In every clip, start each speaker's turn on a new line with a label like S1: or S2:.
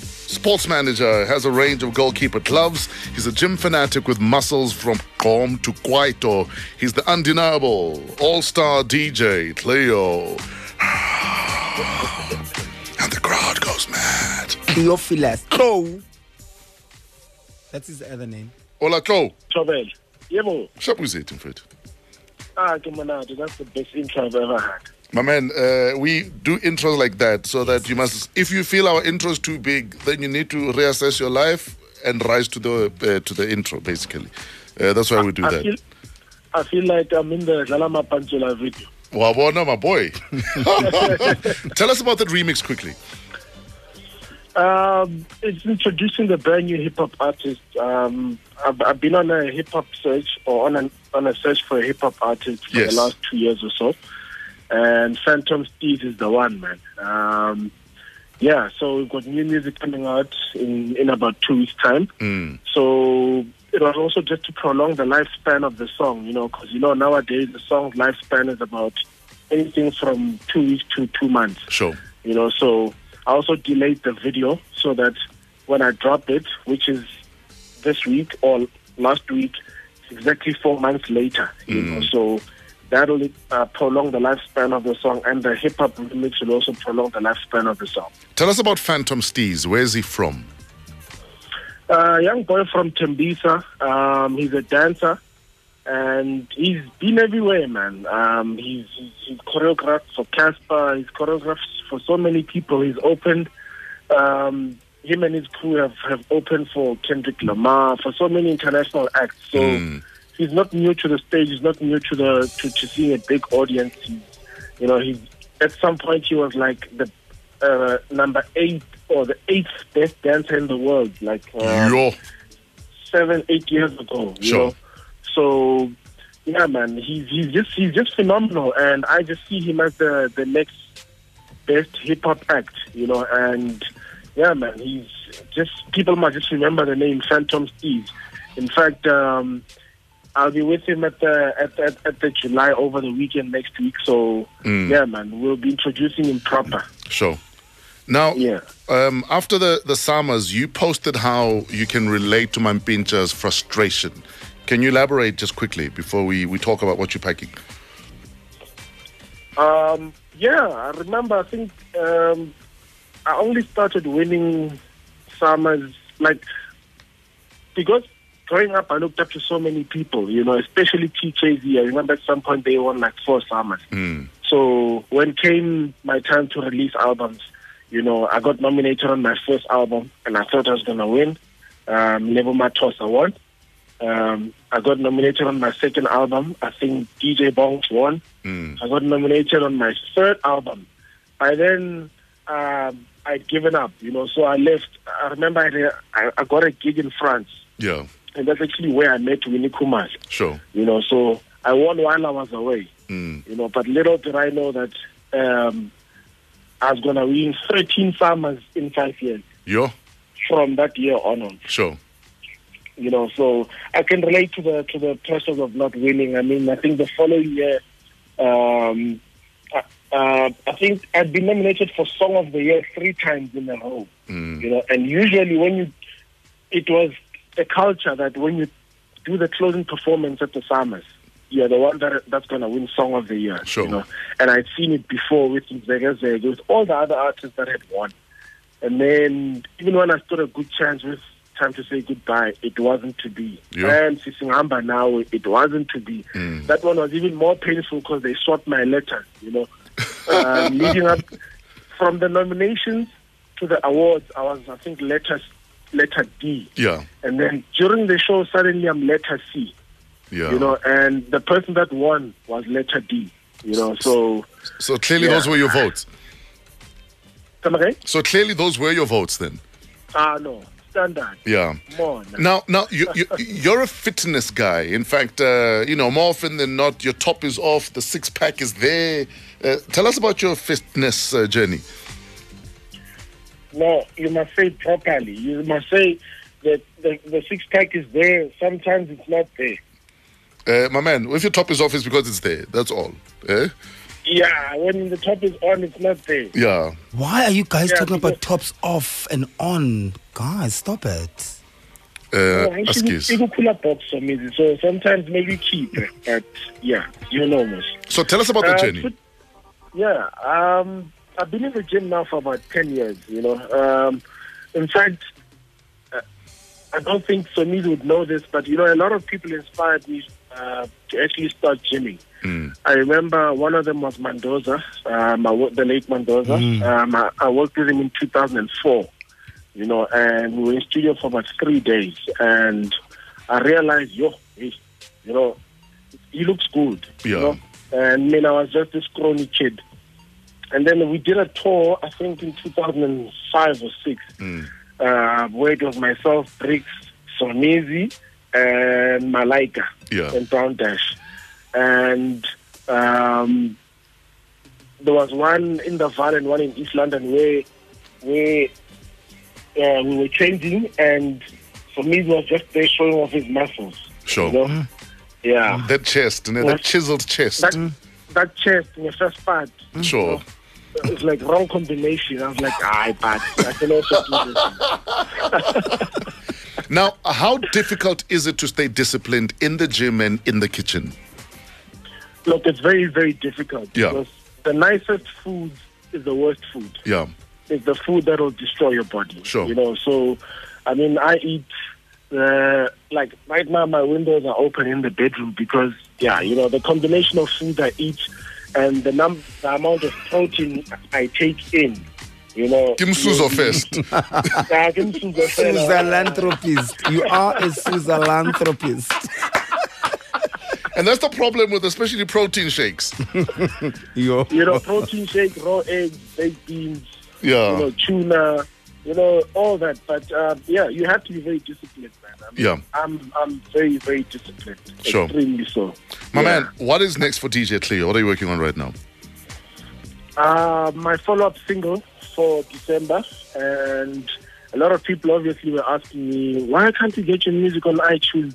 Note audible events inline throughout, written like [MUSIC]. S1: sports manager, uh, has a range of goalkeeper gloves. He's a gym fanatic with muscles from Calm to Kwaito. He's the undeniable all star DJ, Cleo. [SIGHS] and the crowd goes mad.
S2: Theophilus Clow. That's his other name.
S1: Ola Clo,
S3: Thobela. Yebo.
S1: shop is it, in fact.
S3: Ah, Kimonado, that's the best intro I've ever had.
S1: My man, uh, we do intros like that so that you must. If you feel our intro is too big, then you need to reassess your life and rise to the uh, to the intro. Basically, uh, that's why we do
S3: I
S1: that.
S3: feel, I feel like I'm in the Zalama Panchula video.
S1: Well, well, no, my boy. [LAUGHS] Tell us about that remix quickly.
S3: Um, it's introducing the brand new hip hop artist. Um, I've, I've been on a hip hop search or on, an, on a search for a hip hop artist for
S1: Yes.
S3: the last two years or so. And Phantom Steez is the one, man. Um, yeah, so we've got new music coming out in, in about two weeks' time.
S1: Mm.
S3: So it was also just to prolong the lifespan of the song, you know, because, you know, nowadays the song's lifespan is about anything from two weeks to two months
S1: Sure.
S3: you know. So I also delayed the video so that when I drop it, which is this week or last week, exactly four months later, you know. So that'll uh, prolong the lifespan of the song, and the hip hop remix will also prolong the lifespan of the song.
S1: Tell us about Phantom Steez. Where's he from?
S3: uh, young boy from Tembisa. Um, he's a dancer, and he's been everywhere, man. Um, he's, he's, he's choreographed for Casper. He's choreographed for so many people. He's opened. Um, him and his crew have, have opened for Kendrick Lamar, for so many international acts. So he's not new to the stage. He's not new to the to, to seeing a big audience. He's, you know, he at some point he was like the uh, number eight or the eighth best dancer in the world. Like uh,
S1: Yo.
S3: seven, eight years ago. You
S1: Sure.
S3: know? So yeah, man, he's he's just he's just phenomenal, and I just see him as the the next best hip hop act. You know, and yeah, man, he's just people must just remember the name Phantom Steve. In fact. um I'll be with him at the at, at, at the July over the weekend next week. So yeah, man, we'll be introducing him proper.
S1: Sure. Now,
S3: Yeah.
S1: um, after the, the summers, you posted how you can relate to Mampincha's frustration. Can you elaborate just quickly before we, we talk about what you're packing?
S3: Um, yeah, I remember. I think um, I only started winning summers like because growing up, I looked up to so many people. You know, especially TKZ. I remember at some point they won like four summers. So when came my time to release albums, you know, I got nominated on my first album, and I thought I was gonna win. Um, Level Matos, I won. Um, I got nominated on my second album. I think DJ Bongs won. I got nominated on my third album. By then, um, I'd given up, you know. So I left. I remember I, re- I, I got a gig in France,
S1: Yeah,
S3: and that's actually where I met Winnie Kumar
S1: sure.
S3: you know. So I won while I was away,
S1: Mm.
S3: you know. But little did I know that um, I was gonna win 13 farmers in five years
S1: Yo,
S3: from that year onwards,
S1: sure.
S3: you know. So I can relate to the to the pressures of not winning. I mean, I think the following year, um, uh, uh, I think I'd been nominated for Song of the Year three times in a row, you know. And usually when you, it was a culture that when you do the closing performance at the Summers, you're the one that that's gonna win Song of the Year,
S1: Sure.
S3: you know. And I'd seen it before with Zega Zega, with all the other artists that had won. And then even when I stood a good chance with Time to Say Goodbye, it wasn't to be.
S1: Yeah. Mm.
S3: And Sisingamba now, it wasn't to be. That one was even more painful because they sought my letter, you
S1: [LAUGHS]
S3: know. um, leading up from the nominations to the awards, I was, I think, letter, letter D.
S1: Yeah,
S3: And then during the show, suddenly I'm letter C,
S1: yeah.
S3: you know, and the person that won was letter D, you know. So,
S1: so clearly
S3: yeah.
S1: those were your votes.
S3: come again?
S1: So clearly those were your votes then.
S3: Ah, no, standard.
S1: Yeah.
S3: More.
S1: Now, now you, you, you're a fitness guy. In fact, uh, you know more often than not, your top is off, the six pack is there. Uh, tell us about your fitness uh, journey.
S3: No, you must say it properly. You must say that the, the six pack is there. Sometimes it's not there.
S1: Uh, my man, if your top is off, it's because it's there. That's all. Eh?
S3: yeah, when the top is on, it's not there.
S1: Yeah.
S2: Why are you guys
S3: Yeah,
S2: talking about
S3: because-
S2: tops off and on? Guys, stop it.
S1: Uh,
S3: Yeah, it's-
S1: Askies.
S3: it's a cooler box for me. So sometimes maybe keep, but yeah, you know, most.
S1: So tell us about the
S3: Uh,
S1: journey.
S3: foot- yeah, um, I've been in the gym now for about 10 years, you know. Um, in fact, uh, I don't think Sonid would know this, but, you know, a lot of people inspired me uh, to actually start gymming. I remember one of them was Mendoza, um, I worked, the late Mendoza. Um, I, I worked with him in 2004, you know, and we were in studio for about three days. And I realized, yo, hey, you know, he looks good.
S1: Yeah.
S3: You know? And then I was just this crony kid. And then we did a tour, I think in 2005 or 6, uh, where it was myself, Briggs, Sonezi, and Malaika,
S1: Yeah.
S3: and Brown Dash. And um, there was one in the Val and one in East London where, where uh, we were changing, and Sonezi was just there showing off his muscles.
S1: Sure.
S3: You know? Yeah.
S1: That chest, and that
S3: What?
S1: chiseled chest.
S3: That, that chest in the first part,
S1: Sure.
S3: it's like wrong combination. I was like, ah, bad. I can also do this.
S1: Now, how difficult is it to stay disciplined in the gym and in the kitchen?
S3: Look, it's very, very difficult.
S1: Yeah.
S3: Because the nicest food is the worst food.
S1: Yeah.
S3: It's the food that will destroy your body.
S1: Sure.
S3: You know, so, I mean, I eat, uh, like, right now my windows are open in the bedroom because, yeah, you know, the combination of food I eat and the, num- the amount of protein I take in, you know.
S1: Kim Suzo first.
S3: Yeah, Kim Suzo first.
S2: Switzerlandropist. You are a Switzerlandropist.
S1: And that's the problem with especially protein shakes.
S2: Yo.
S1: [LAUGHS]
S3: you know, protein shake, raw eggs, baked beans,
S1: Yeah.
S3: you know, tuna, you know, all that. But uh, yeah, you have to be very disciplined, man. I mean,
S1: Yeah.
S3: I'm, I'm very, very disciplined.
S1: Sure.
S3: Extremely so.
S1: My
S3: Yeah.
S1: man, what is next for DJ Cleo? What are you working on right now?
S3: Uh, my follow up single for December, and a lot of people obviously were asking me, why can't you get your music on iTunes?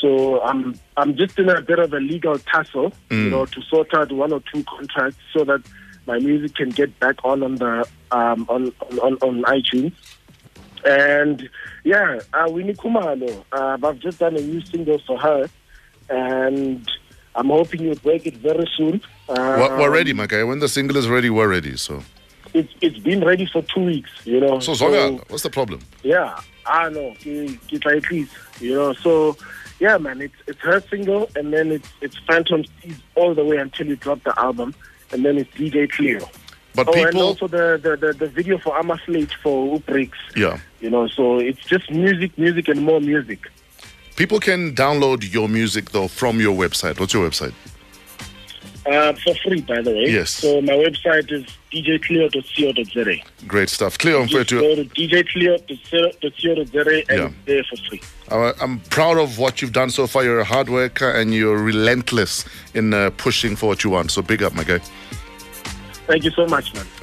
S3: So I'm I'm just in a bit of a legal tussle, you know, to sort out one or two contracts so that my music can get back on on the um, on, on on on iTunes. And yeah, uh, Winnie Kumalo, uh, I've just done a new single for her, and I'm hoping you'll break it very soon.
S1: We're, we're
S3: Um,
S1: ready, my guy. When the single is ready, we're ready. So,
S3: it's it's been ready for two weeks, you know.
S1: so Zonga, what's the problem?
S3: yeah, I know. It's like this, e you know. So yeah, man, it's it's her single, and then it's it's Phantom Steez all the way until you drop the album, and then it's DJ Cleo.
S1: But
S3: oh, and
S1: people,
S3: also the, the, the, the video for Ama Slate for Uprix.
S1: Yeah.
S3: You know, so it's just music, music, and more music.
S1: people can download your music though from your website. What's your website?
S3: Uh, for free, by the way.
S1: Yes.
S3: So my website is djcleo.co.za.
S1: Great stuff, Cleo. I'm,
S3: Just go to djcleo.co.za and
S1: Yeah.
S3: it's there for free.
S1: I'm proud of what you've done so far. You're a hard worker and you're relentless in uh, pushing for what you want. So big up, my guy.
S3: Thank you so much, man.